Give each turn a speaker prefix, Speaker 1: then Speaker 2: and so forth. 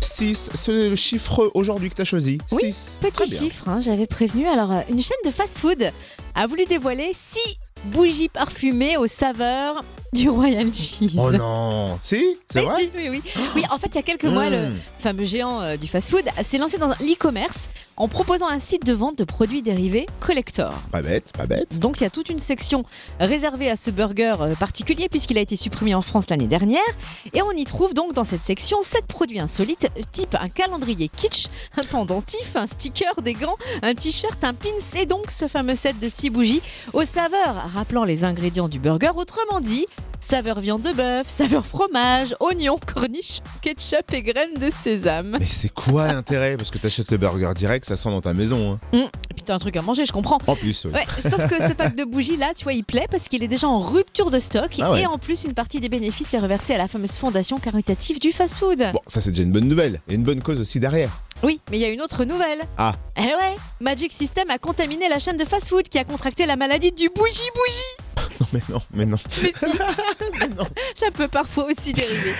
Speaker 1: 6, c'est le chiffre aujourd'hui que tu as choisi.
Speaker 2: Oui,
Speaker 1: 6.
Speaker 2: Petit chiffre, hein, j'avais prévenu. Alors, euh, une chaîne de fast-food a voulu dévoiler 6 bougies parfumées aux saveurs du Royal Cheese.
Speaker 1: Oh non Si C'est vrai
Speaker 2: oui, oui, oui. Oui, en fait, il y a quelques mois, le
Speaker 1: Mm.
Speaker 2: fameux géant euh, du fast-food s'est lancé dans l'e-commerce en proposant un site de vente de produits dérivés collector.
Speaker 1: Pas bête, pas bête.
Speaker 2: Donc il y a toute une section réservée à ce burger euh, particulier puisqu'il a été supprimé en France l'année dernière. Et on y trouve donc dans cette section sept produits insolites, type un calendrier kitsch, un pendentif, un sticker, des gants, un t-shirt, un pins et donc ce fameux set de 6 bougies aux saveurs rappelant les ingrédients du burger. Autrement dit, saveur viande de bœuf, saveur fromage, oignon, corniche, ketchup et graines de sésame.
Speaker 1: Mais c'est quoi l'intérêt Parce que t'achètes le burger direct, ça sent dans ta maison. hein.
Speaker 2: Et puis t'as Ah, un truc à manger, je comprends.
Speaker 1: En plus, oui.
Speaker 2: Ouais, sauf que ce pack de bougies là, tu vois, il plaît parce qu'il est déjà en rupture de stock
Speaker 1: Ah ouais.
Speaker 2: et en plus une partie des bénéfices est reversée à la fameuse fondation caritative du fast-food.
Speaker 1: Bon, ça c'est déjà une bonne nouvelle. Et une bonne cause aussi derrière.
Speaker 2: Oui, mais il y a une autre nouvelle.
Speaker 1: Ah.
Speaker 2: Eh ouais, Magic System a contaminé la chaîne de fast-food qui a contracté la maladie du bougie bougie.
Speaker 1: Non mais non, mais non.
Speaker 2: Ça peut parfois aussi dériver.